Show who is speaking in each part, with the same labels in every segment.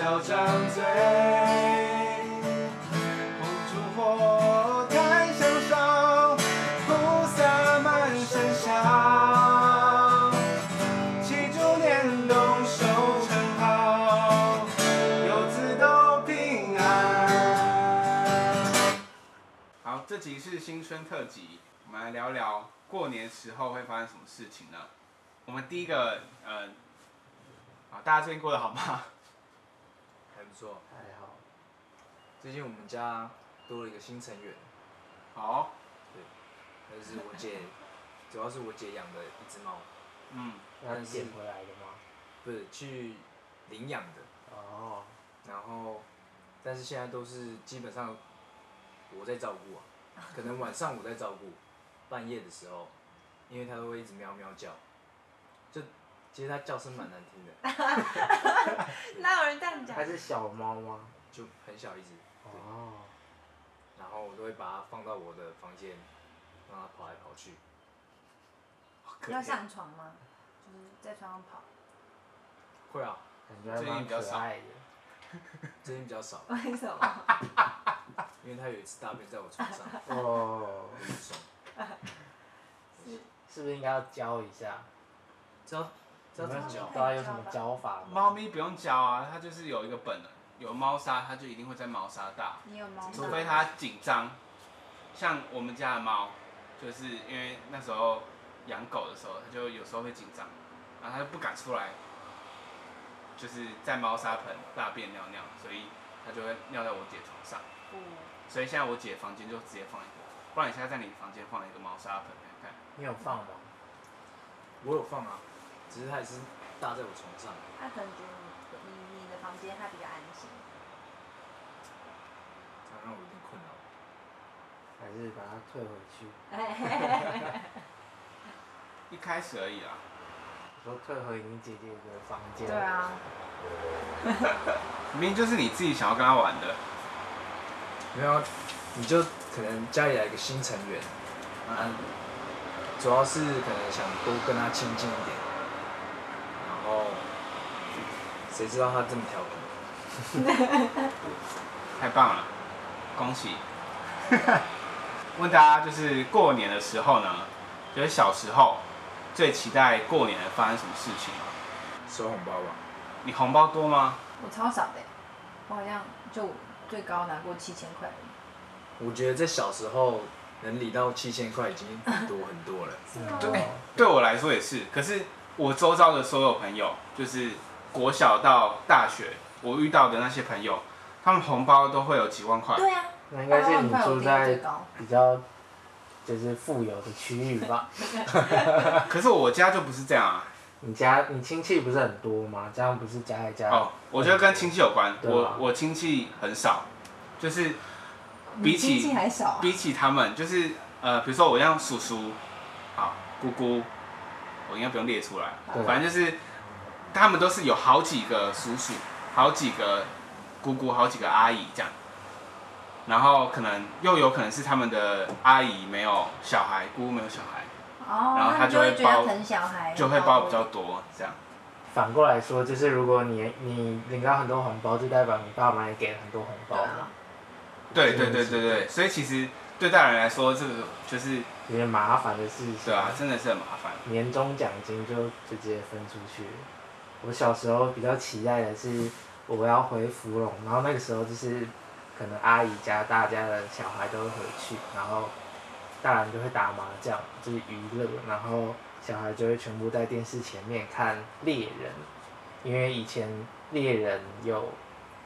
Speaker 1: 要张嘴，红烛火太上烧，菩萨满身烧，祈祝年冬收成好，游子都平安。好，这集是新春特辑，我们来聊聊过年时候会发生什么事情呢？我们第一个，呃，啊，大家最近过得好吗？
Speaker 2: 还不错，还好。最近我们家多了一个新成员，
Speaker 1: 好，
Speaker 2: 那就是我姐，主要是我姐养的一只猫，
Speaker 1: 嗯，
Speaker 3: 那你捡回来的吗？
Speaker 2: 不是去领养的。
Speaker 3: 哦，
Speaker 2: 然后，但是现在都是基本上我在照顾啊，可能晚上我在照顾，半夜的时候，因为它都会一直喵喵叫，就其实它叫声蛮难听的，
Speaker 4: 哪有人这样讲
Speaker 3: 它？是小猫吗？
Speaker 2: 就很小一只，
Speaker 3: 哦，
Speaker 2: 然后我都会把它放到我的房间，让它跑来跑去。
Speaker 1: 好可
Speaker 4: 要
Speaker 1: 怜。
Speaker 4: 上床吗？就是在床上跑。
Speaker 2: 会啊，
Speaker 3: 感觉还蛮可爱的。
Speaker 2: 最近比较少，
Speaker 4: 为什么？
Speaker 2: 因为它有一次大便在我床上，
Speaker 3: 哦，
Speaker 2: 很爽。
Speaker 3: 是不是应该要教一下？
Speaker 2: 知道知道
Speaker 3: 有
Speaker 2: 怎
Speaker 3: 没有
Speaker 2: 么
Speaker 3: 什
Speaker 2: 教
Speaker 3: 么？，大家有什么教法吗？
Speaker 1: 猫咪不用教啊，它就是有一个本能，有猫砂它就一定会在猫砂大，
Speaker 4: 你有猫
Speaker 1: 除
Speaker 4: 砂？
Speaker 1: 非它紧张。像我们家的猫，就是因为那时候养狗的时候，它就有时候会紧张，然后它就不敢出来，就是在猫砂盆大便尿尿，所以它就会尿在我姐床上。
Speaker 4: 不，
Speaker 1: 所以现在我姐房间就直接放一个，不然你现在在你房间放一个猫砂盆看看。
Speaker 3: 你有放吗？
Speaker 2: 我有放啊，只是它也是搭在我床上。
Speaker 4: 它可能觉得你你你的房间它比较安 心。
Speaker 2: 它让我有点困扰。
Speaker 3: 还是把它退回去？
Speaker 1: 一开始而已啦，
Speaker 3: 我说退回你姐姐的房间。
Speaker 4: 对。啊，
Speaker 1: 明明就是你自己想要跟它玩的。
Speaker 2: 没有啊，你就可能家里来一个新成员，啊，主要是可能想多跟他亲近一点，然后谁知道他这么调皮，
Speaker 1: 太棒了，恭喜！ 问大家，就是过年的时候呢，就是小时候最期待过年发生什么事情吗？
Speaker 2: 收红包吧，
Speaker 1: 你红包多吗？
Speaker 4: 我超少的欸，我好像就最高拿过七千块而已。
Speaker 2: 我觉得在小时候能领到七千块已经很多很 多了，
Speaker 4: 是吗？
Speaker 3: 对
Speaker 1: 对我来说也是，可是我周遭的所有朋友，就是国小到大学，我遇到的那些朋友，他们红包都会有几万块。
Speaker 4: 对啊，
Speaker 3: 那应
Speaker 4: 八
Speaker 3: 该是
Speaker 4: 万
Speaker 3: 你
Speaker 4: 块我
Speaker 3: 住
Speaker 4: 顶最
Speaker 3: 在
Speaker 4: 高。
Speaker 3: 比较就是富有的区域吧？
Speaker 1: 可是我家就不是这样啊。
Speaker 3: 你家你亲戚不是很多吗？这样不是加一加？
Speaker 1: 哦，我觉得跟亲戚有关，
Speaker 3: 对
Speaker 1: 我
Speaker 3: 啊
Speaker 1: 我亲戚很少，就是比
Speaker 4: 你亲
Speaker 1: 起
Speaker 4: 戚还少啊。
Speaker 1: 比起他们，就是呃，比如说我像叔叔，好姑姑，我应该不用列出来
Speaker 3: 对，
Speaker 1: 反正就是他们都是有好几个叔叔，好几个姑姑，好几个阿姨这样。然后可能又有可能是他们的阿姨没有小孩，姑姑没有小孩，
Speaker 4: 哦，
Speaker 1: 然后
Speaker 4: 那
Speaker 1: 他
Speaker 4: 你
Speaker 1: 就
Speaker 4: 就
Speaker 1: 会
Speaker 4: 觉得
Speaker 1: 包
Speaker 4: 疼小孩，
Speaker 1: 就会包比较多这样。
Speaker 3: 反过来说，就是如果你你领到很多红包，就代表你爸妈也给了很多红包
Speaker 4: 对啊
Speaker 3: 嘛，
Speaker 1: 对对对对对，所以其实对大人来说，这个就是
Speaker 3: 有点麻烦的事情。
Speaker 1: 对啊，真的是很麻烦。
Speaker 3: 年终奖金就直接分出去了。我小时候比较期待的是我要回芙蓉，然后那个时候就是可能阿姨家大家的小孩都会回去，然后大人就会打麻将，就是娱乐，然后小孩就会全部在电视前面看猎人，因为以前猎人有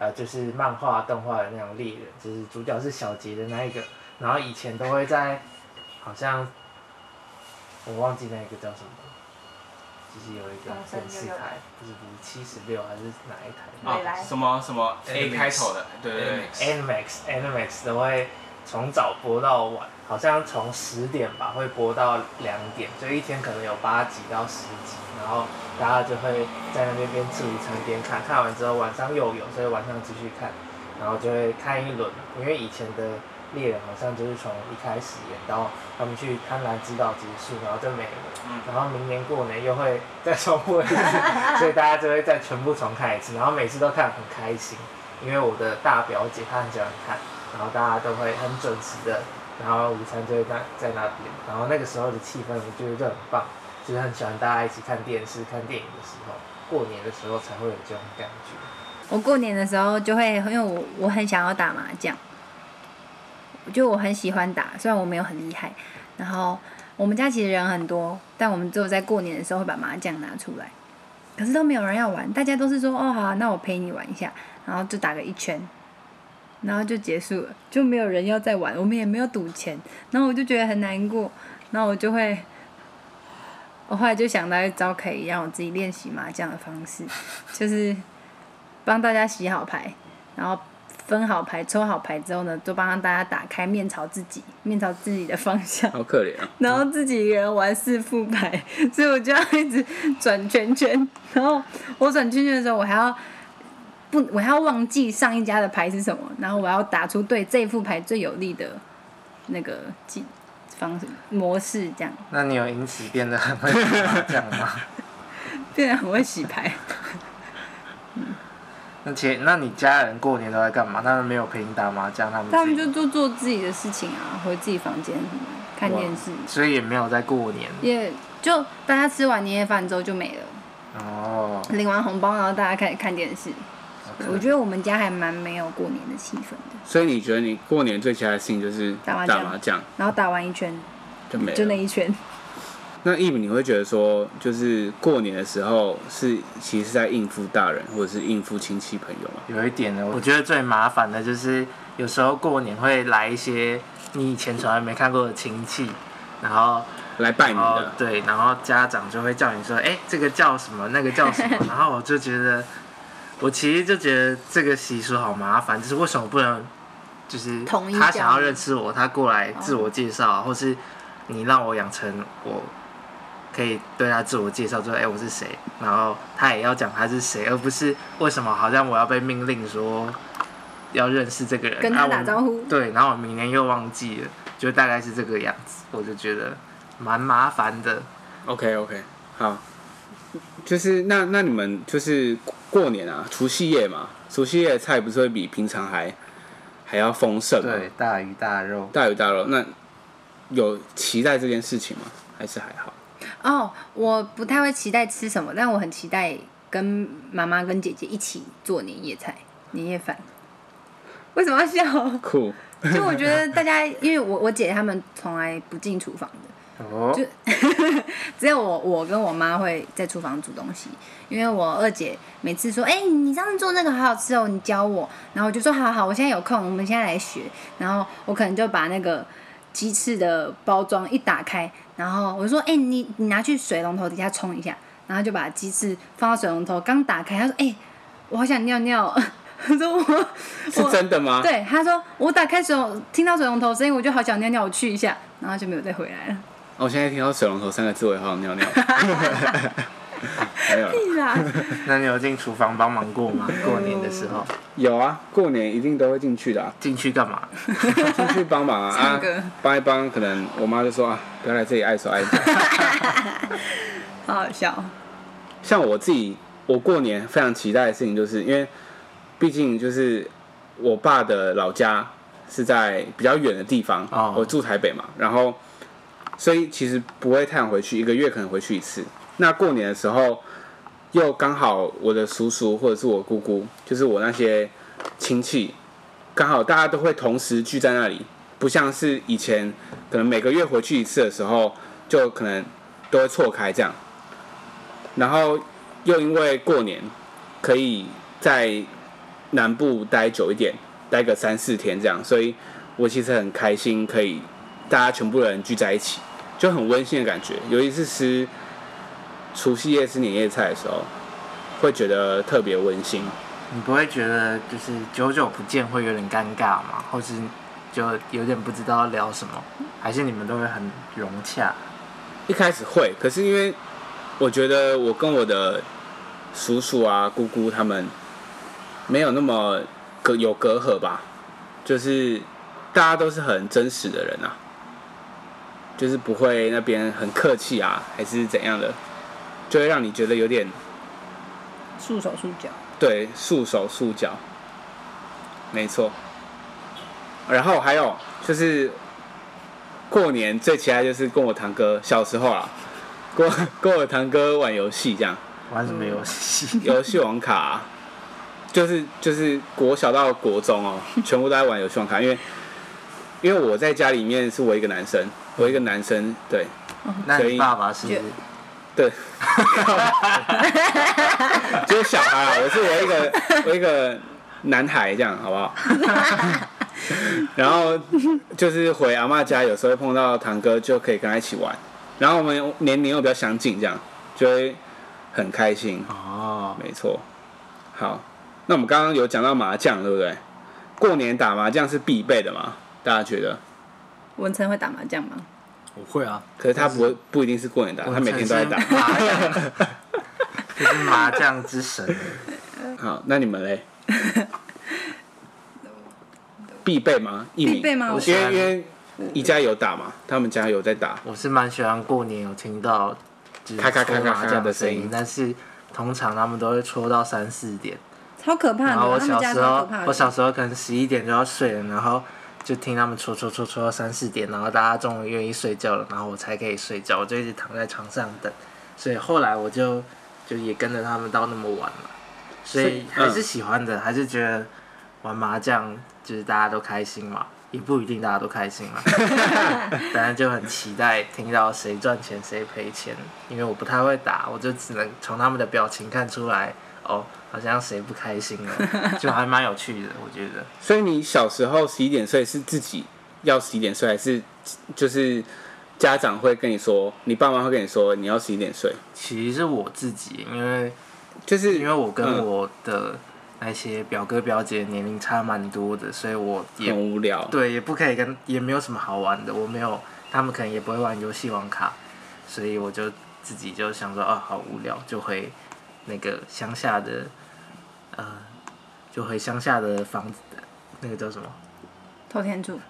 Speaker 3: 呃就是漫画动画的那种猎人，就是主角是小杰的那一个，然后以前都会在好像我忘记那个叫什么了。就是有一个
Speaker 4: 东森
Speaker 3: 电视
Speaker 4: 66
Speaker 3: 台，不是不是七十六还是哪一台？
Speaker 4: 未来
Speaker 1: 哦什么什么 A
Speaker 2: Animax
Speaker 1: 开头的，对对对，
Speaker 2: Animax
Speaker 3: Animax Animax 都会从早播到晚，好像从十点吧会播到两点，就一天可能有八集到十集，然后大家就会在那边边吃午餐边看，看完之后晚上又有，所以晚上继续看，然后就会看一轮，因为以前的猎人好像就是从一开始演到他们去贪婪之岛结束，然后就没了，
Speaker 4: 嗯
Speaker 3: 然后明年过年又会再重播一次，所以大家就会再全部重看一次，然后每次都看得很开心，因为我的大表姐她很喜欢看，然后大家都会很准时的，然后午餐就会在在那边，然后那个时候的气氛我觉得就很棒，就是很喜欢大家一起看电视、看电影的时候，过年的时候才会有这种感觉。
Speaker 5: 我过年的时候就会，因为我我很想要打麻将，就我很喜欢打，虽然我没有很厉害。然后我们家其实人很多，但我们只有在过年的时候会把麻将拿出来，可是都没有人要玩，大家都是说哦好啊、那我陪你玩一下，然后就打个一圈，然后就结束了，就没有人要再玩，我们也没有赌钱，然后我就觉得很难过，然后我就会。我后来就想到一招可以让我自己练习麻将的方式，就是帮大家洗好牌，然后分好牌、抽好牌之后呢，就帮大家打开面朝自己，面朝自己的方向，
Speaker 1: 好可怜啊！
Speaker 5: 然后自己一个人玩四副牌， 所以我就要一直转圈圈。然后我转圈圈的时候，我还要不，我还要忘记上一家的牌是什么，然后我要打出对这副牌最有利的那个技方式模式，这样
Speaker 3: 那你有因此变得很会打麻将吗？
Speaker 5: 变得啊很会洗牌。
Speaker 3: 那且，那你家人过年都在干嘛？他们没有陪你打麻将，他们
Speaker 5: 他们
Speaker 3: 自
Speaker 5: 就
Speaker 3: 己
Speaker 5: 做做自己的事情啊，回自己房间什么看电视，
Speaker 3: 所以也没有在过年
Speaker 5: 也就大家吃完年夜饭之后就没了。
Speaker 3: 哦。
Speaker 5: 领完红包，然后大家开始看电视。我觉得我们家还蛮没有过年的气氛的，
Speaker 1: 所以你觉得你过年最期待的事情就是
Speaker 5: 打麻将
Speaker 1: 打麻将，
Speaker 5: 然后打完一圈
Speaker 1: 就没
Speaker 5: 就那
Speaker 1: 了。
Speaker 5: 一圈，
Speaker 1: 那一米，你会觉得说，就是过年的时候是其实是在应付大人或者是应付亲戚朋友嘛？
Speaker 3: 有一点呢，我觉得最麻烦的就是有时候过年会来一些你以前从来没看过的亲戚，然后
Speaker 1: 来拜你
Speaker 3: 然后
Speaker 1: 的，
Speaker 3: 对，然后家长就会叫你说，哎、这个叫什么，那个叫 什么，然后我就觉得，我其实就觉得这个习俗好麻烦，就是为什么不能，就是
Speaker 5: 统一
Speaker 3: 他
Speaker 5: 教
Speaker 3: 想要
Speaker 5: 育
Speaker 3: 认识我，他过来自我介绍啊，或是你让我养成我可以对他自我介绍，说，哎、我是谁，然后他也要讲他是谁，而不是为什么好像我要被命令说要认识这个人，
Speaker 5: 跟他
Speaker 3: 啊我
Speaker 5: 打招呼
Speaker 3: 对，然后我明年又忘记了，就大概是这个样子，我就觉得蛮麻烦的。
Speaker 1: OK OK，好，就是那那你们就是过年啊，除夕夜嘛，除夕夜的菜不是会比平常还还要丰盛吗？
Speaker 3: 对，，大鱼大肉，
Speaker 1: 大有大肉。那有期待这件事情吗？还是还好？
Speaker 5: 哦，我不太会期待吃什么，但我很期待跟妈妈跟姐姐一起做年夜菜、年夜饭。为什么要笑？
Speaker 1: 酷，
Speaker 5: 就我觉得大家，因为我我姐她们从来不进厨房的，
Speaker 3: 哦
Speaker 5: 就 只有我我跟我妈会在厨房煮东西，因为我二姐每次说，哎、你上次做那个好好吃哦，你教我，然后我就说好好，我现在有空，我们现在来学，然后我可能就把那个鸡翅的包装一打开，然后我就说，哎、你你拿去水龙头底下冲一下，然后就把鸡翅放到水龙头，刚打开，她说，哎、我好想尿尿哦， 她说我
Speaker 1: 是
Speaker 5: 我
Speaker 1: 真的吗？
Speaker 5: 对，他说我打开水龙，听到水龙头声音，我就好想尿尿，我去一下，然后就没有再回来了。
Speaker 1: 哦我现在听到水龙头三个字，我也好想尿尿。 没有了，
Speaker 5: 是啊，
Speaker 3: 那你有进厨房帮忙过吗？过年的时候
Speaker 1: 有啊，过年一定都会进去的、啊，
Speaker 3: 进去干嘛？
Speaker 1: 进去帮忙啊，
Speaker 5: 唱
Speaker 1: 啊
Speaker 5: 歌
Speaker 1: 帮一帮，可能我妈就说啊，不要来这里碍手碍脚。
Speaker 5: 好好笑。
Speaker 1: 像我自己，我过年非常期待的事情，就是因为毕竟就是我爸的老家是在比较远的地方，
Speaker 3: 哦
Speaker 1: 我住台北嘛，然后所以其实不会太常回去，一个月可能回去一次。那过年的时候，又刚好我的叔叔或者是我姑姑，就是我那些亲戚，刚好大家都会同时聚在那里，不像是以前可能每个月回去一次的时候，就可能都会错开这样。然后又因为过年可以在南部待久一点，待个三四天这样，所以我其实很开心，可以大家全部人聚在一起，就很温馨的感觉。尤其是吃除夕夜吃年夜菜的时候，会觉得特别温馨。
Speaker 3: 你不会觉得就是久久不见会有点尴尬吗？或是就有点不知道要聊什么？还是你们都会很融洽？
Speaker 1: 一开始会，可是因为我觉得我跟我的叔叔啊、姑姑他们没有那么隔有隔阂吧，就是大家都是很真实的人啊，就是不会那边很客气啊，还是怎样的，就会让你觉得有点
Speaker 5: 束手束脚。
Speaker 1: 对，束手束脚，没错。然后还有就是过年最期待就是跟我堂哥小时候啊， 跟我跟我堂哥玩游戏这样，
Speaker 3: 玩什么游戏？
Speaker 1: 游戏王卡啊、就是就是国小到国中哦，全部都在玩游戏王卡，因为因为我在家里面是我一个男生，我一个男生，对
Speaker 3: 那
Speaker 1: 所以
Speaker 3: 你爸爸是
Speaker 5: 就
Speaker 1: 对，就是小孩啊，我是我一个我一个男孩这样，好不好？ 然后就是回阿嬷家，有时候会碰到堂哥，就可以跟他一起玩。然后我们年龄又比较相近，这样就会很开心。
Speaker 3: 哦，
Speaker 1: 没错。好，那我们刚刚有讲到麻将，对不对？过年打麻将是必备的嘛？大家觉得？
Speaker 5: 文成会打麻将吗？
Speaker 2: 我会啊，
Speaker 1: 可是他不会不一定是过年打，他每天都在打
Speaker 3: 我。曾经麻将， 就是麻将之神。
Speaker 1: 好，那你们 嘞？必备吗？一名
Speaker 5: 必备吗我嗯
Speaker 1: 因为因为宜家有打嘛，他们家有在打。
Speaker 3: 我是蛮喜欢过年有听到就是
Speaker 1: 咔咔咔
Speaker 3: 搓
Speaker 1: 咔
Speaker 3: 麻
Speaker 1: 咔
Speaker 3: 将
Speaker 1: 的
Speaker 3: 的
Speaker 1: 声
Speaker 3: 声
Speaker 1: 音
Speaker 3: 音，但是通常他们都会搓到三四点。
Speaker 5: 超可怕
Speaker 3: 然后
Speaker 5: 的，
Speaker 3: 我
Speaker 5: 他们
Speaker 3: 小
Speaker 5: 家
Speaker 3: 时
Speaker 5: 超可
Speaker 3: 候
Speaker 5: 怕，的。
Speaker 3: 我小时候可能十一点就要睡了，然后就听他们搓搓搓搓到三四点，然后大家终于愿意睡觉了，然后我才可以睡觉，我就一直躺在床上等。所以后来我就就也跟着他们到那么晚了，所以嗯
Speaker 1: 所以
Speaker 3: 还是喜欢的，还是觉得玩麻将就是大家都开心嘛。也不一定大家都开心 嘛，当然就很期待听到谁赚钱谁赔钱，因为我不太会打，我就只能从他们的表情看出来，哦，好像谁不开心了，就还蛮有趣的，我觉得。
Speaker 1: 所以你小时候十一点睡是自己要十一点睡，还是就是家长会跟你说，你爸妈会跟你说你要十一点睡？
Speaker 3: 其实是我自己，因为
Speaker 1: 就是
Speaker 3: 因为我跟
Speaker 1: 嗯
Speaker 3: 我的那些表哥表姐年龄差蛮多的，所以我也
Speaker 1: 很无聊。
Speaker 3: 对，也不可以跟，也没有什么好玩的。我没有，他们可能也不会玩游戏王卡，所以我就自己就想说，啊，好无聊，就回那个乡下的，呃，就回乡下的房子，那个叫什么？
Speaker 5: 偷天柱，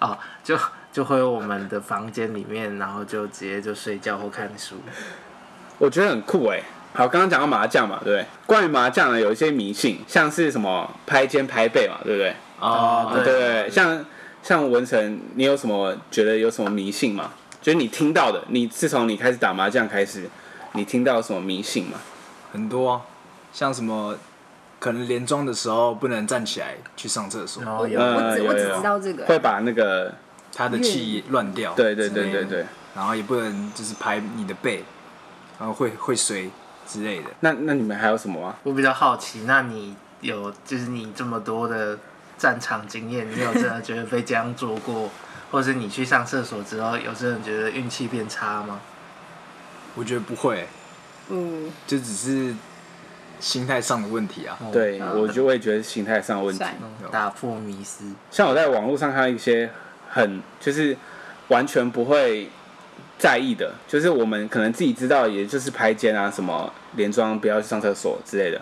Speaker 3: 哦，就就回我们的房间里面，然后就直接就睡觉或看书。
Speaker 1: 我觉得很酷哎、好，刚刚讲到麻将嘛，对不对？关于麻将呢，有一些迷信，像是什么拍肩拍背嘛，对不对？
Speaker 2: 啊
Speaker 3: 哦
Speaker 1: 对对对，像像文成，你有什么觉得有什么迷信吗？就是你听到的，你自从你开始打麻将开始，你听到有什么迷信吗？
Speaker 2: 很多啊，像什么可能连庄的时候不能站起来去上厕所，
Speaker 3: 然
Speaker 5: 我
Speaker 3: 后有
Speaker 5: 我只
Speaker 1: 哦呃有
Speaker 5: 我只
Speaker 1: 有
Speaker 5: 知道这个，
Speaker 1: 会把那个，
Speaker 2: 他的气乱掉。
Speaker 1: 对对对对对。
Speaker 2: 然后也不能就是拍你的背，然后会会随之类的。
Speaker 1: 那那你们还有什么啊？
Speaker 3: 我比较好奇，那你有就是你这么多的战场经验，你有真的觉得被这样做过， 或是你去上厕所之后，有真的觉得运气变差吗？
Speaker 2: 我觉得不会，
Speaker 5: 嗯，
Speaker 2: 就只是心态上的问题啊。
Speaker 1: 对，我就会觉得心态上的问题。
Speaker 5: 帅，
Speaker 3: 嗯打破迷思，
Speaker 1: 像我在网络上看到一些很就是完全不会在意的，就是我们可能自己知道，也就是拍肩啊，什么连装不要去上厕所之类的。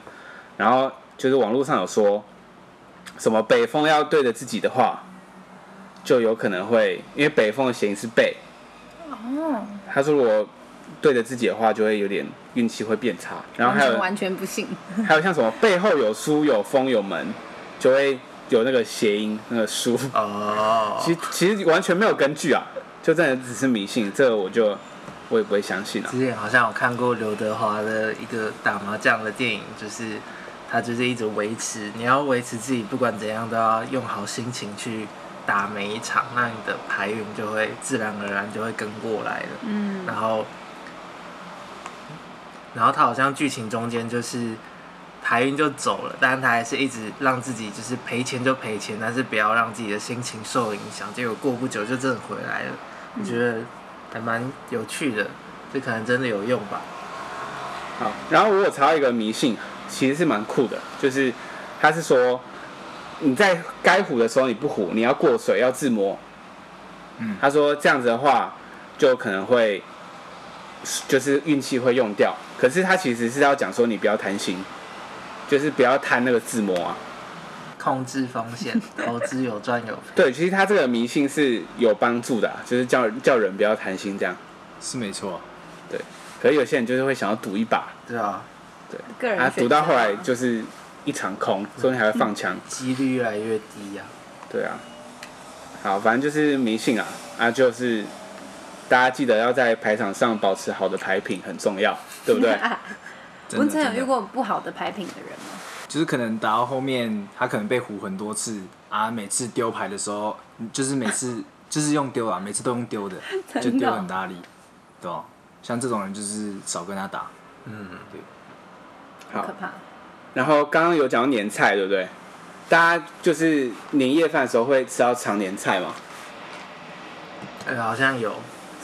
Speaker 1: 然后就是网络上有说，什么北风要对着自己的话，就有可能会因为北风的谐音是背，
Speaker 5: 哦，
Speaker 1: 他说如果对着自己的话，就会有点运气会变差。然后
Speaker 5: 完
Speaker 1: 还
Speaker 5: 全
Speaker 1: 有
Speaker 5: 完全不信，
Speaker 1: 还有像什么背后有书有风有门，就会有那个谐音那个书。
Speaker 3: 哦，
Speaker 1: 其其实完全没有根据啊，就真的只是迷信，这个我就我也不会相信啊。
Speaker 3: 之前好像有看过刘德华的一个打麻将的电影，就是他就是一直维持，你要维持自己不管怎样都要用好心情去打每一场，那你的牌运就会自然而然就会跟过来了。
Speaker 5: 嗯，
Speaker 3: 然后，然后他好像剧情中间就是台运就走了，但是他还是一直让自己就是赔钱就赔钱，但是不要让自己的心情受影响。结果过不久就真的回来了，我觉得还蛮有趣的，这可能真的有用吧。
Speaker 1: 好，然后我有查到一个迷信，其实是蛮酷的，就是他是说你在该虎的时候你不虎，你要过水要自摸。
Speaker 2: 嗯
Speaker 1: 他说这样子的话，就可能会就是运气会用掉。可是他其实是要讲说你不要贪心，就是不要贪那个自摸啊。
Speaker 3: 控制风 险，投资有赚有赔。
Speaker 1: 对，其实他这个迷信是有帮助的、啊，就是叫叫人不要贪心这样。
Speaker 2: 是没错啊、
Speaker 1: 可是有些人就是会想要赌一把，
Speaker 3: 对啊，
Speaker 5: 个人
Speaker 1: 啊，
Speaker 5: 选
Speaker 1: 赌到
Speaker 5: 择
Speaker 1: 后来
Speaker 5: 啊嗯
Speaker 1: 就是一场空，所以你还会放枪。
Speaker 3: 几率越来越低呀、啊。
Speaker 1: 对啊，好，反正就是迷信啊，啊，就是大家记得要在牌场上保持好的牌品很重要，对不 对？
Speaker 2: 真的
Speaker 5: 文成
Speaker 2: 真的
Speaker 5: 有遇过不好的牌品的人吗？
Speaker 2: 就是可能打到后面，他可能被唬很多次啊，每次丢牌的时候，就是每次 就是用丢啊，每次都用丢的，
Speaker 5: 真的
Speaker 2: 就
Speaker 5: 哦
Speaker 2: 丢很大力，对吧、像这种人就是少跟他打，
Speaker 1: 嗯
Speaker 5: 好
Speaker 1: 好
Speaker 5: 可怕！
Speaker 1: 然后刚刚有讲到年菜，对不对？大家就是年夜饭的时候会吃到常年菜嘛，
Speaker 3: 哎、好像有，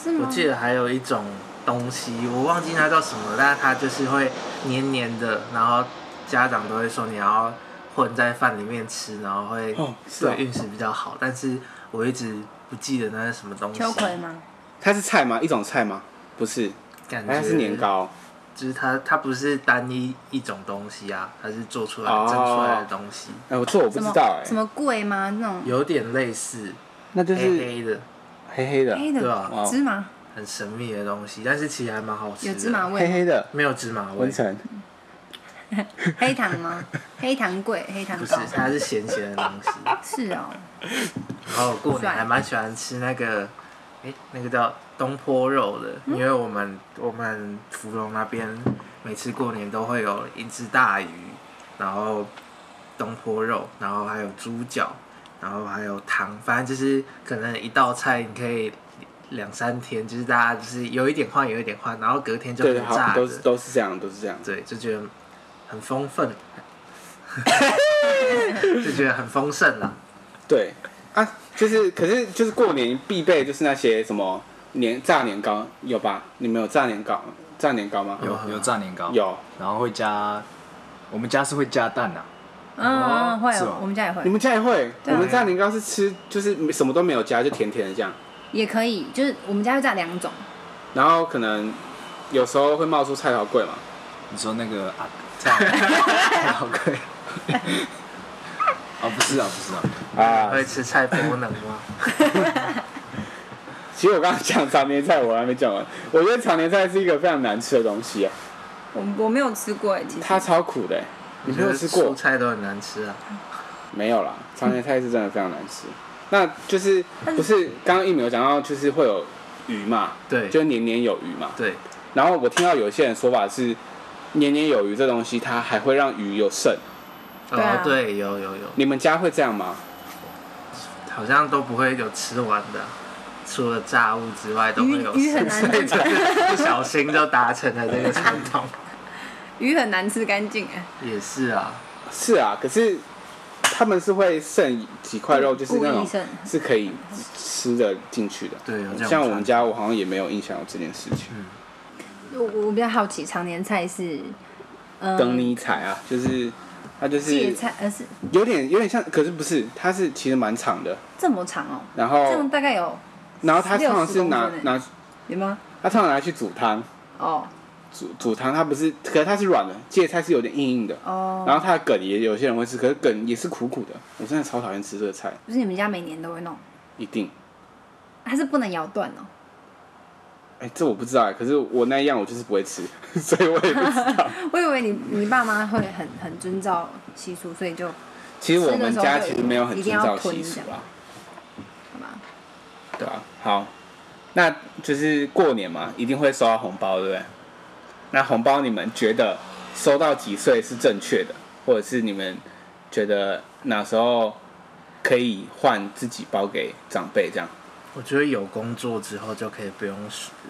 Speaker 5: 是
Speaker 3: 我
Speaker 1: 啊
Speaker 5: 吗？
Speaker 3: 记得还有一种东西，我忘记它叫什么，但是它就是会黏黏的，然后家长都会说你要混在饭里面吃，然后会
Speaker 1: 哦是哦
Speaker 3: 对运势比较好。但是我一直不记得那是什么东西，
Speaker 5: 秋葵吗？
Speaker 1: 它是菜吗？一种菜吗？不是，哎
Speaker 3: 感觉
Speaker 1: 它嗯是年，糕。
Speaker 3: 就是它它不是单一一种东西啊，它是做出来
Speaker 1: 哦
Speaker 3: 蒸出来的东西，
Speaker 1: 哎、我这我不
Speaker 5: 什
Speaker 1: 知
Speaker 5: 么
Speaker 1: 道哎、
Speaker 5: 什么桂吗？那种
Speaker 3: 有点类似
Speaker 1: 那就
Speaker 3: 黑
Speaker 1: 是
Speaker 3: 黑的，
Speaker 1: 黑黑的，
Speaker 5: 黑
Speaker 3: 对
Speaker 5: 的
Speaker 3: 啊
Speaker 1: 哇
Speaker 5: 芝麻，
Speaker 3: 很神秘的东西，但是其实还蛮好吃的，
Speaker 5: 有芝麻
Speaker 1: 黑
Speaker 5: 味，
Speaker 1: 黑的。
Speaker 3: 没有芝麻味
Speaker 1: 文。成，
Speaker 5: 黑 糖吗？黑糖桂，黑糖
Speaker 3: 不是
Speaker 5: 糕，
Speaker 3: 它是咸咸的东西。
Speaker 5: 是哦，
Speaker 3: 然后我过年还蛮喜欢吃那个，哎、那个叫东坡肉的，因为我们我们芙蓉那边每次过年都会有一只大鱼，然后东坡肉，然后还有猪脚，然后还有汤，反正就是可能一道菜你可以两三天，就是大家就是有一点换，有一点换，然后隔天就可
Speaker 1: 对，
Speaker 3: 以
Speaker 1: 好，
Speaker 3: 炸
Speaker 1: 都是
Speaker 3: 的，
Speaker 1: 都是这样，都是这样。
Speaker 3: 对，就觉得很丰盛， 就觉得很丰盛了。
Speaker 1: 对啊，就是可是就是过年必备就是那些什么年炸年糕有吧？你们有炸年糕炸年糕吗？
Speaker 2: 有有炸年糕，，
Speaker 1: 啊有，
Speaker 2: 然后会加，我们家是会加蛋啊，
Speaker 5: 嗯嗯会
Speaker 2: 是
Speaker 5: 哦
Speaker 2: 哦，
Speaker 5: 我们家也
Speaker 1: 你
Speaker 5: 会，
Speaker 1: 们家也会？我
Speaker 5: 对啊
Speaker 1: 们炸年糕是吃就是什么都没有加，就甜甜的这样。
Speaker 5: 也可以，就是我们家就炸两种，
Speaker 1: 然后可能有时候会冒出菜头粿嘛，
Speaker 2: 你说那个啊，菜 好贵，哦不是啊不是啊，
Speaker 1: 啊
Speaker 3: 会吃菜不能吗？
Speaker 1: 其实我刚刚讲常年菜，我还没讲完。我觉得常年菜是一个非常难吃的东西啊，
Speaker 5: 我我没有吃过哎，其
Speaker 1: 它
Speaker 5: 实
Speaker 1: 超苦的欸、你没有吃
Speaker 3: 我觉得
Speaker 1: 过
Speaker 3: 蔬？菜都很难吃啊。
Speaker 1: 没有啦，常年菜是真的非常难吃。那就是不是刚刚一米有讲到，就是会有鱼嘛，
Speaker 3: 对，
Speaker 1: 就是年年有余嘛。
Speaker 3: 对，
Speaker 1: 然后我听到有一些人说法是，年年有余这东西它还会让鱼有剩。
Speaker 5: 对啊
Speaker 3: 哦，对，有有有，
Speaker 1: 你们家会这样吗？
Speaker 3: 好像都不会有吃完的，除了炸物之外都
Speaker 5: 鱼
Speaker 3: 会有
Speaker 5: 鱼很
Speaker 3: 剩
Speaker 5: 难
Speaker 3: 菜的不小心就达成了这个传统。
Speaker 5: 鱼很难吃干净哎，
Speaker 3: 也是啊，
Speaker 1: 是啊，可是他们是会剩几块肉，就是
Speaker 5: 故
Speaker 1: 那
Speaker 5: 意
Speaker 1: 种
Speaker 5: 剩
Speaker 1: 是可以吃的进去的。
Speaker 3: 对有这种
Speaker 1: 像我
Speaker 3: 传
Speaker 1: 们
Speaker 3: 统
Speaker 1: 家，我好像也没有印象有这件事
Speaker 5: 嗯
Speaker 1: 情。
Speaker 5: 我我比较好奇常年菜是，
Speaker 1: 等
Speaker 5: 嗯，
Speaker 1: 你采啊，就是它就是
Speaker 5: 芥菜呃是
Speaker 1: 有点有点像，可是不是，它是其实蛮长的。
Speaker 5: 这么长哦，
Speaker 1: 然
Speaker 5: 这样
Speaker 1: 后
Speaker 5: 大概有
Speaker 1: 然后它
Speaker 5: 16
Speaker 1: 通常是拿
Speaker 5: 公分欸
Speaker 1: 拿
Speaker 5: 有吗？
Speaker 1: 它通常拿去煮汤，
Speaker 5: 哦
Speaker 1: 煮煮汤它不是，可是它是软的，芥菜是有点硬硬的。
Speaker 5: 哦，
Speaker 1: 然后它的梗也有些人会吃，可是梗也是苦苦的。我真的超讨厌吃这个菜，
Speaker 5: 就是你们家每年都会弄，
Speaker 1: 一定。
Speaker 5: 它是不能咬断哦。
Speaker 1: 哎、这我不知道哎，可是我那一样我就是不会吃， 所以我也不知道。
Speaker 5: 我以为你你爸妈会很很遵照习俗，所以就
Speaker 1: 其实我们家其实没有很遵照习俗啊，
Speaker 5: 好吧。
Speaker 1: 对啊，好，那就是过年嘛，一定会收到红包，对不对？那红包你们觉得收到几岁是正确的，或者是你们觉得哪时候可以换自己包给长辈这样？
Speaker 3: 我觉得有工作之后就可以不用，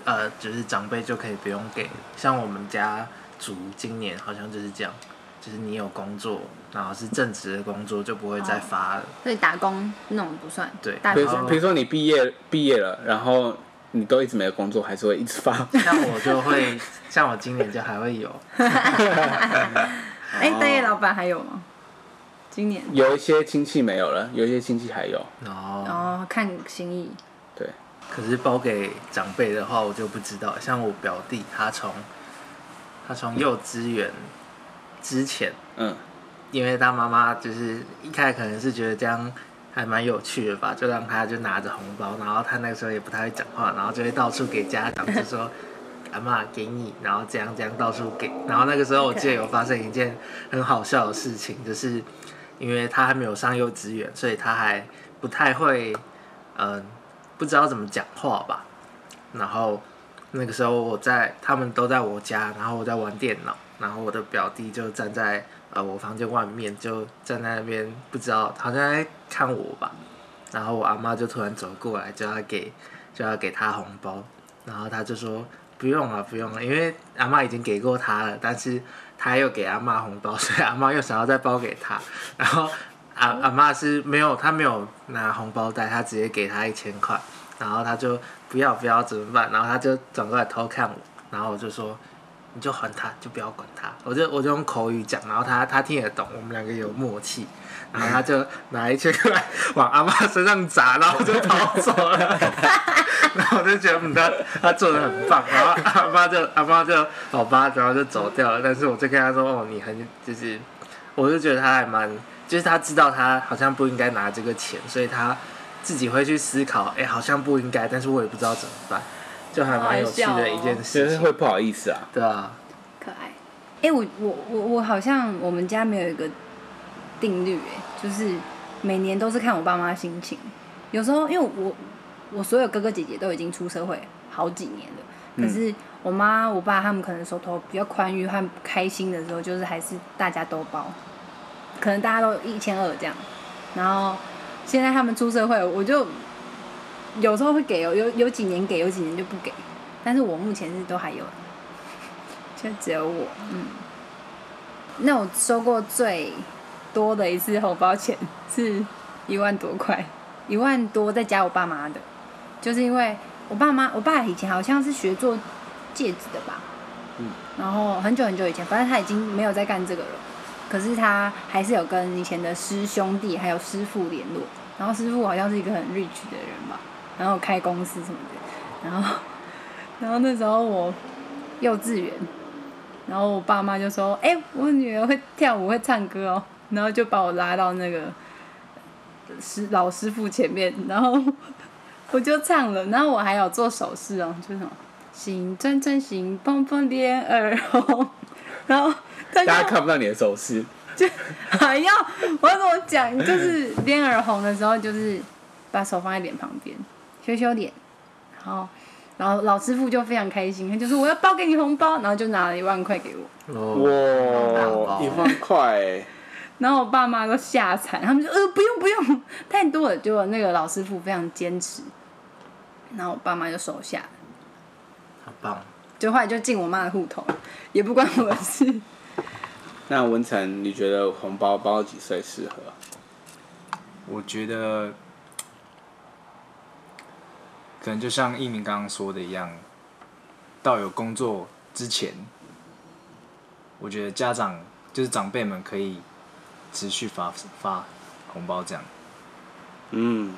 Speaker 3: 呃，就是长辈就可以不用给。像我们家族今年好像就是这样，就是你有工作，然后是正职的工作就不会
Speaker 5: 哦
Speaker 3: 再发了。
Speaker 5: 所以打工那种不算，
Speaker 3: 对
Speaker 5: 大
Speaker 1: 比
Speaker 5: 工
Speaker 1: 如说，比如说你毕业毕业了，然后你都一直没有工作，还是会一直发。
Speaker 3: 像我就会，像我今年就还会有，
Speaker 5: 哎，大业老板还有吗？今年
Speaker 1: 有一些亲戚没有了，有一些亲戚还有。
Speaker 3: 然后
Speaker 5: 哦，看心意
Speaker 1: 对，
Speaker 3: 可是包给长辈的话，我就不知道。像我表弟，他从他从幼稚园之前
Speaker 1: 嗯，
Speaker 3: 因为他妈妈就是一开始可能是觉得这样还蛮有趣的吧，就让他就拿着红包，然后他那个时候也不太会讲话，然后就会到处给家长就说。阿妈给你，然后这样这样到处给，然后那个时候我记得有发生一件很好笑的事情，就是因为他还没有上幼稚园，所以他还不太会，嗯、不知道怎么讲话吧。然后那个时候我在，他们都在我家，然后我在玩电脑，然后我的表弟就站在呃我房间外面，就站在那边不知道好像在看我吧。然后我阿妈就突然走过来，就要给就要给他红包，然后他就说不用了，不用了，因为阿妈已经给过他了，但是他又给阿妈红包，所以阿妈又想要再包给他，然后阿阿妈是没有，她没有拿红包袋，她直接给他一千块，然后他就不要不要怎么办？然后他就转过来偷看我，然后我就说你就还他，就不要管他，我就我就用口语讲，然后他他听得懂，我们两个有默契。然后他就 拿一千块往阿妈身上砸，然后就跑走了。 然后我就觉得，嗯，他他做的很棒。然后阿妈就阿妈就好吧，然后就走掉了。但是我就跟他说，哦，你很就是，我就觉得他还蛮，就是他知道他好像不应该拿这个钱，所以他自己会去思考，哎，好像不应该，但是我也不知道怎么办，就还蛮有趣的一件
Speaker 1: 就
Speaker 3: 事
Speaker 1: 是
Speaker 3: 情。
Speaker 1: 会不好意思啊。
Speaker 3: 对啊，
Speaker 5: 可爱。哎、我我我我好像我们家没有一个定律、哎，就是每年都是看我爸妈心情。有时候因为我我所有哥哥姐姐都已经出社会好几年了，可是我妈我爸他们可能手头比较宽裕和开心的时候，就是还是大家都包，可能大家都一千二这样。然后现在他们出社会，我就有时候会给，有哦有有几年给，有几年就不给。但是我目前是都还有的就只有我，嗯。那我收过最多的一次红包钱 是一万多块，一万多再加我爸妈的，就是因为我爸妈，我爸以前好像是学做戒指的吧，
Speaker 1: 嗯，
Speaker 5: 然后很久很久以前，反正他已经没有在干这个了，可是他还是有跟以前的师兄弟还有师傅联络，然后师傅好像是一个很 rich 的人吧，然后开公司什么的，然后 然后那时候我幼稚园，然后我爸妈就说：“哎、我女儿会跳舞，会唱歌哦。”然后就把我拉到那个师老师傅前面，然后 我就唱了，然后我还有做手势哦，就是什么“行转转行，蹦蹦脸耳红”，然后大
Speaker 1: 大家看不到你的手势，
Speaker 5: 还要我要怎么讲？就是脸耳红的时候，就是把手放在脸旁边，羞羞脸，然后然后老师傅就非常开心，他就说我要包给你红包，然后就拿了一万块给我，
Speaker 3: 我
Speaker 1: 哇，一万块欸，
Speaker 5: 然后我爸妈都吓惨，他们就呃不用不用，太多了。结果那个老师傅非常坚持，然后我爸妈就收下了，
Speaker 3: 好棒。
Speaker 5: 就后来就进我妈的户头，也不关我的事。
Speaker 1: 那文成，你觉得红包包几岁适合？
Speaker 2: 我觉得可能就像一鸣刚刚说的一样，到有工作之前，我觉得家长就是长辈们可以持续发发红包这样。
Speaker 1: 嗯，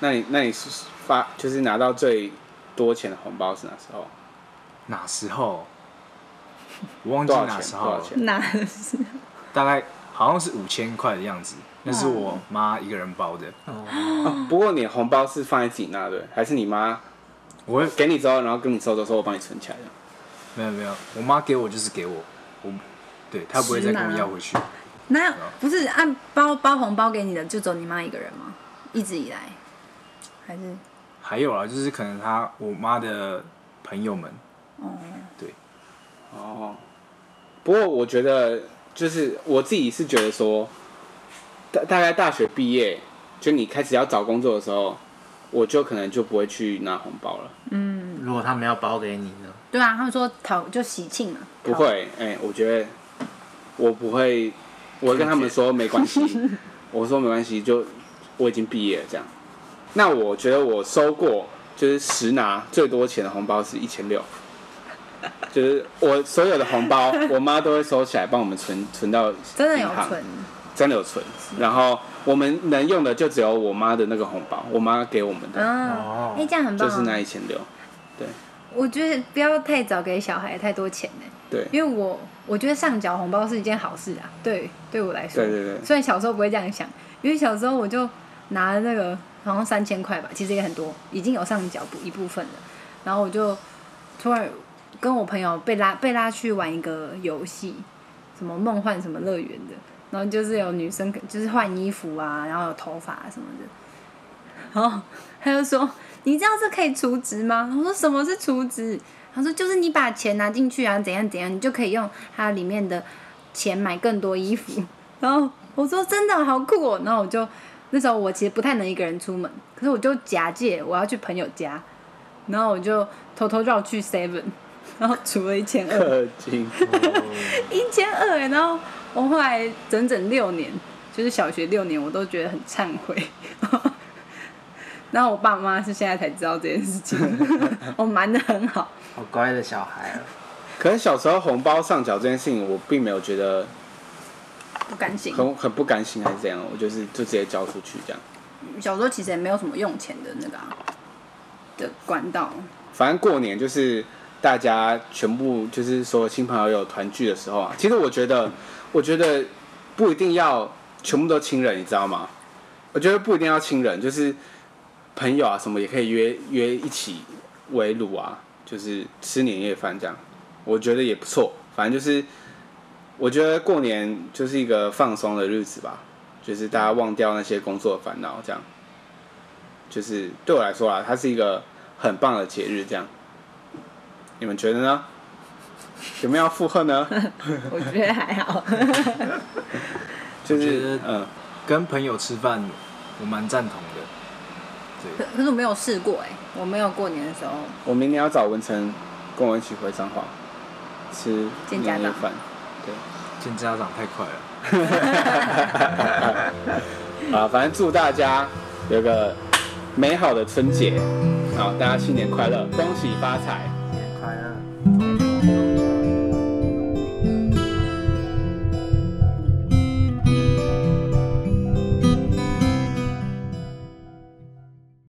Speaker 1: 那你那你是发就是拿到最多钱的红包是哪时候？
Speaker 2: 哪时候？我忘记
Speaker 1: 多少
Speaker 2: 哪
Speaker 1: 钱？
Speaker 2: 时
Speaker 1: 多
Speaker 2: 候
Speaker 1: 少
Speaker 2: 了，
Speaker 1: 钱？
Speaker 5: 哪是
Speaker 2: 大概好像是五千块的样子，那是我妈一个人包的。
Speaker 1: 哦，不过你的红包是放在自己那对，还是你妈
Speaker 2: 我会
Speaker 1: 给你之后，然后跟你收走之后，我帮你存起来的？
Speaker 2: 没有没有，我妈给我就是给我，我对她不会再跟我要回去。
Speaker 5: 哪有不是按包包红包给你的，就走你妈一个人吗？一直以来还是
Speaker 2: 还有啊，就是可能她我妈的朋友们，
Speaker 5: 哦。
Speaker 1: 哦，不过我觉得就是我自己是觉得说，大大概大学毕业，就你开始要找工作的时候，我就可能就不会去拿红包了。
Speaker 3: 如果他们要包给你呢？
Speaker 5: 对啊，他们说讨就喜庆嘛，
Speaker 1: 不会，哎、我觉得我不会，我会跟他们说没关 系，我说没关系，就我已经毕业了这样。那我觉得我收过就是实拿最多钱的红包是一千 六，就是我所有的红包，我妈都会收起来帮我们存存到
Speaker 5: 真的有
Speaker 1: 银行
Speaker 5: 存，
Speaker 1: 真的有存。然后我们能用的就只有我妈的那个红包，我妈给我们的，
Speaker 5: 嗯，哎、这样很棒、
Speaker 1: 就是那
Speaker 5: 啊。
Speaker 1: 一千六。
Speaker 5: 我觉得不要太早给小孩太多钱呢、
Speaker 1: 对，
Speaker 5: 因为我我觉得上缴红包是一件好事啊，对，对我来说。
Speaker 1: 对对对
Speaker 5: 虽然小时候不会这样想，因为小时候我就拿了那个好像三千块吧，其实也很多，已经有上缴部一部分了。然后我就突然跟我朋友被拉被拉去玩一个游戏，什么梦幻什么乐园的，然后就是有女生就是换衣服啊，然后有头发什么的，然后他就说：“你知道这可以除值吗？”我说：“什么是除值？”他说：“就是你把钱拿进去啊，怎样怎样，你就可以用它里面的钱买更多衣服。”然后我说：“真的好酷哦！”然后我就那时候我其实不太能一个人出门，可是我就假借我要去朋友家，然后我就偷偷绕去 Seven，然后除了一千二。
Speaker 1: 氪金，
Speaker 5: 一千二，然后我后来整整六年，就是小学六年，我都觉得很忏悔。 然后我爸妈是现在才知道这件事情，我瞒得很好。
Speaker 6: 好乖的小孩啊，
Speaker 1: 可是小时候红包上缴这件事情，我并没有觉得
Speaker 5: 不甘心。
Speaker 1: 很很不甘心还是怎样，我就是就直接交出去这样。
Speaker 5: 小时候其实也没有什么用钱的那个、啊、的管道，
Speaker 1: 反正过年就是大家全部就是所有亲朋好友团聚的时候啊，其实我觉得，我觉得不一定要全部都亲人，你知道吗？我觉得不一定要亲人，就是朋友啊什么也可以约约一起围炉啊，就是吃年夜饭这样，我觉得也不错。反正就是我觉得过年就是一个放松的日子吧，就是大家忘掉那些工作的烦恼，这样。就是对我来说啊，它是一个很棒的节日，这样。你们觉得呢？有没有要附和 呢？
Speaker 5: 我觉得还好。
Speaker 1: 就
Speaker 2: 我觉得
Speaker 1: 是嗯，
Speaker 2: 跟朋友吃饭，我蛮赞同的。
Speaker 5: 可可是我没有试过哎、我没有过年的时候，
Speaker 1: 我明年要找文成跟我一起回彰化吃
Speaker 5: 见家
Speaker 1: 年夜
Speaker 5: 长
Speaker 1: 饭。
Speaker 2: 见家长太快了。
Speaker 1: 啊，反正祝大家有个美好的春节，好，大家新年快乐，恭喜发财。
Speaker 3: 啊